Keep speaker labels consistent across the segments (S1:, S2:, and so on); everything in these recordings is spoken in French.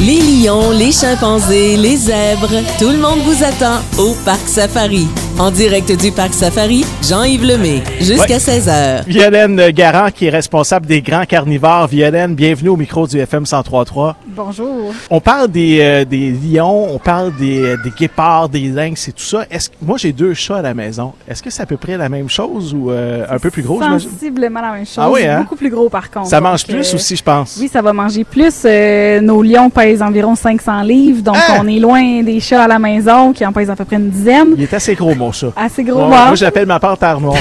S1: lions, les chimpanzés, les zèbres, tout le monde vous attend au Parc Safari. En direct du Parc Safari, Jean-Yves Lemay, jusqu'à
S2: Ouais.
S1: 16h.
S2: Violaine Garant, qui est responsable des grands carnivores. Violaine, bienvenue au micro du FM 1033.
S3: Bonjour.
S2: On parle des, euh, des lions, on parle des, des guépards, des lynx et tout ça. Est-ce que- moi, j'ai deux chats à la maison. Est-ce que c'est à peu près la même chose ou euh, un peu plus gros? j'imagine?
S3: Sensiblement la même chose.
S2: Ah oui, hein?
S3: Beaucoup plus gros par contre.
S2: Ça mange
S3: Donc,
S2: plus
S3: euh,
S2: aussi, je pense.
S3: Oui, ça va manger plus. Euh, nos lions pèsent environ 500 livres, donc
S2: Hein?
S3: on est loin des chats à la maison qui en pèsent à peu près une dizaine.
S2: Il est assez gros, mon chat.
S3: Assez
S2: Ouais,
S3: Ah, gros Euh,
S2: moi,
S3: mort.
S2: je l'appelle ma panthère noire.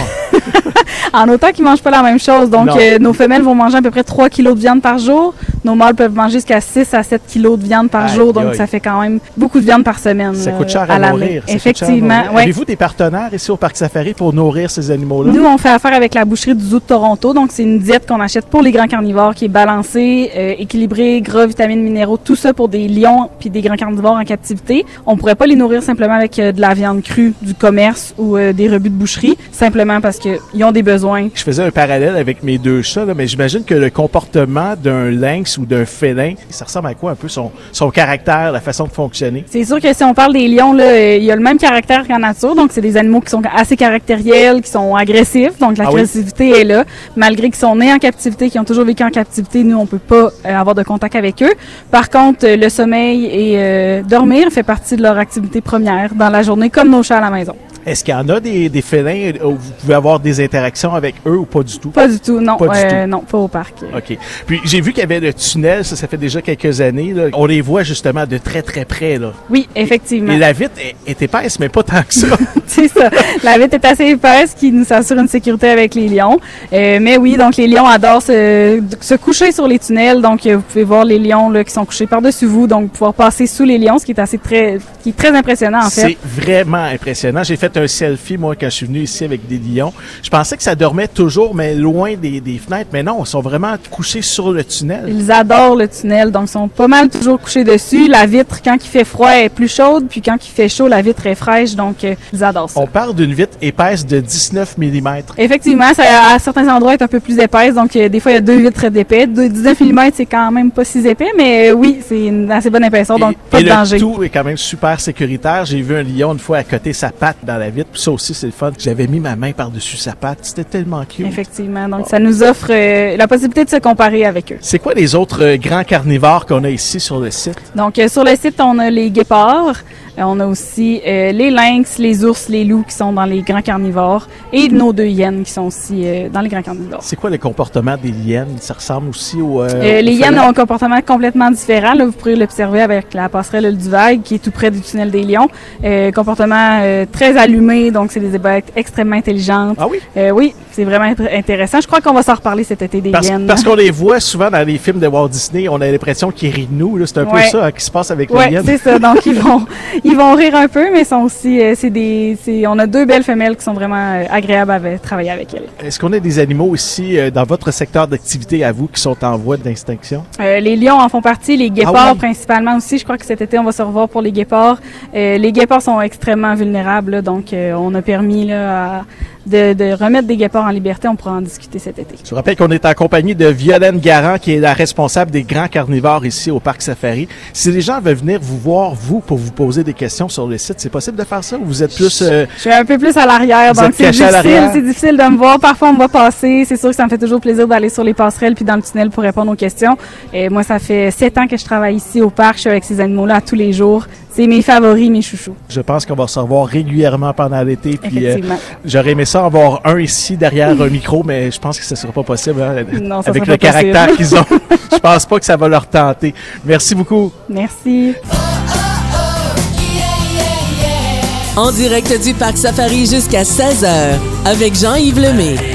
S3: En autant qu'ils mangent pas la même chose. Donc,
S2: Non.
S3: euh, nos femelles vont manger à peu près 3 kilos de viande par jour. Nos mâles peuvent manger jusqu'à 6 à 7 kilos de viande par
S2: Aïe,
S3: jour. Donc,
S2: aïe.
S3: ça fait quand même beaucoup de viande par semaine.
S2: Ça
S3: euh,
S2: coûte cher à,
S3: à l'année.
S2: nourrir. ça coûte cher à
S3: Effectivement.
S2: nourrir.
S3: ouais.
S2: Avez-vous des partenaires ici au Parc Safari pour nourrir ces animaux-là?
S3: Nous, on fait affaire avec la boucherie du Zoo de Toronto. Donc, c'est une diète qu'on achète pour les grands carnivores qui est balancée, euh, équilibrée, gras, vitamines, minéraux, tout ça pour des lions puis des grands carnivores en captivité. On pourrait pas les nourrir simplement avec euh, de la viande crue du commerce ou euh, des rebuts de boucherie, simplement parce qu'ils ont des besoins.
S2: Je faisais un parallèle avec mes deux chats, là, mais j'imagine que le comportement d'un lynx ou d'un félin, ça ressemble à quoi un peu son, son caractère, la façon de fonctionner?
S3: C'est sûr que si on parle des lions, là, euh, il y a le même caractère qu'en nature. Donc, c'est des animaux qui sont assez caractériels, qui sont agressifs. Donc,
S2: Ah oui?
S3: l'agressivité est là. Malgré qu'ils sont nés en captivité, qu'ils ont toujours vécu en captivité, nous, on peut pas euh, avoir de contact avec eux. Par contre, euh, le sommeil et euh, dormir fait partie de leur activité première dans la journée, comme nos chats à la maison.
S2: Est-ce qu'il y en a des, des félins euh, où vous pouvez avoir des interactions avec eux ou pas du tout?
S3: Pas du tout, non.
S2: Pas du
S3: euh, Non, pas au parc.
S2: OK. Puis j'ai vu qu'il y avait le tunnel, ça, ça fait déjà quelques années. là. On les voit justement de très très près. Là.
S3: Oui, effectivement.
S2: Et la vitre est, est épaisse, mais pas tant que ça.
S3: C'est ça. La vitre est assez épaisse qui nous assure une sécurité avec les lions. Euh, mais oui, donc les lions adorent se, se coucher sur les tunnels. Donc euh, vous pouvez voir les lions là, qui sont couchés par-dessus vous, donc pouvoir passer sous les lions, ce qui est assez très, qui est très impressionnant en fait.
S2: C'est vraiment impressionnant. J'ai fait un selfie, moi, quand je suis venu ici avec des lions. Je pensais que ça dormait toujours, mais loin des, des fenêtres. Mais non, ils sont vraiment couchés sur le tunnel.
S3: Ils adorent le tunnel, donc ils sont pas mal toujours couchés dessus. La vitre, quand il fait froid, est plus chaude, puis quand il fait chaud, la vitre est fraîche, donc euh, ils adorent ça.
S2: On parle d'une vitre épaisse de 19 mm.
S3: Effectivement, ça, à certains endroits, est un peu plus épaisse. Donc, euh, des fois, il y a deux vitres d'épais. Deux- 19 mm, c'est quand même pas si épais, mais euh, oui, c'est une assez bonne épaisseur, donc
S2: Et-
S3: pas
S2: et
S3: de
S2: le
S3: danger.
S2: tout est quand même super sécuritaire. J'ai vu un lion une fois à côté sa patte dans la vitre. Puis ça aussi, c'est le fun. J'avais mis ma main par-dessus sa patte. C'était tellement cute.
S3: Effectivement, donc ça nous offre euh, la possibilité de se comparer avec eux.
S2: C'est quoi les autres euh, grands carnivores qu'on a ici sur le site?
S3: Donc, euh, sur le site, on a les guépards, euh, on a aussi euh, les lynx, les ours, les loups qui sont dans les grands carnivores et nos deux hyènes qui sont aussi euh, dans les grands carnivores.
S2: C'est quoi le comportement des hyènes? Ça ressemble aussi aux...
S3: Euh, les hyènes
S2: félins?
S3: ont un comportement complètement différent. Là, vous pourrez l'observer avec la passerelle du vague qui est tout près du tunnel des lions. Euh, comportement euh, très allumé, donc c'est des bêtes extrêmement intelligentes.
S2: Ah oui?
S3: Euh, oui, c'est vraiment int- intéressant. Je crois qu'on va s'en reparler cet été des
S2: Parce,
S3: hyènes.
S2: parce qu'on les voit souvent dans les films de Walt Disney, on a l'impression qu'ils rient de nous. là. C'est un peu
S3: Ouais.
S2: ça hein, qui se passe avec les
S3: Ouais,
S2: hyènes.
S3: c'est ça. Donc ils vont ils vont rire un peu, mais sont aussi euh, c'est des c'est on a deux belles femelles qui sont vraiment euh, agréables à ve- travailler avec elles.
S2: Est-ce qu'on a des animaux ici euh, dans votre secteur d'activité à vous qui sont en voie d'extinction?
S3: Euh, les lions en font partie, les guépards
S2: Ah oui?
S3: principalement aussi. Je crois que cet été, on va se revoir pour les guépards. Euh, les guépards sont extrêmement vulnérables, là, donc euh, on a permis là, à- de, de remettre des guépards en liberté. On pourra en discuter cet été.
S2: Je vous rappelle qu'on est en compagnie de Violaine Garant, qui est la responsable des grands carnivores ici au Parc Safari. Si les gens veulent venir vous voir, vous, pour vous poser des questions sur le site, c'est possible de faire ça ou vous êtes plus... euh,
S3: Je suis un peu plus à l'arrière,
S2: Vous
S3: donc
S2: êtes
S3: c'est
S2: caché à
S3: difficile,
S2: l'arrière.
S3: c'est difficile de me voir. Parfois, on me voit passer. C'est sûr que ça me fait toujours plaisir d'aller sur les passerelles puis dans le tunnel pour répondre aux questions. Et moi, ça fait sept ans que je travaille ici au parc. Je suis avec ces animaux-là tous les jours. C'est mes favoris, mes chouchous.
S2: je pense qu'on va se revoir régulièrement pendant l'été. Puis euh,
S3: Effectivement.
S2: j'aurais aimé ça en avoir un ici derrière un micro, mais je pense que ce ne sera pas possible hein,
S3: Non, ça
S2: avec
S3: sera
S2: le
S3: pas possible.
S2: caractère qu'ils ont. je pense pas que ça va leur tenter. Merci beaucoup.
S3: Merci.
S1: En direct du Parc Safari jusqu'à 16h avec Jean-Yves Lemay.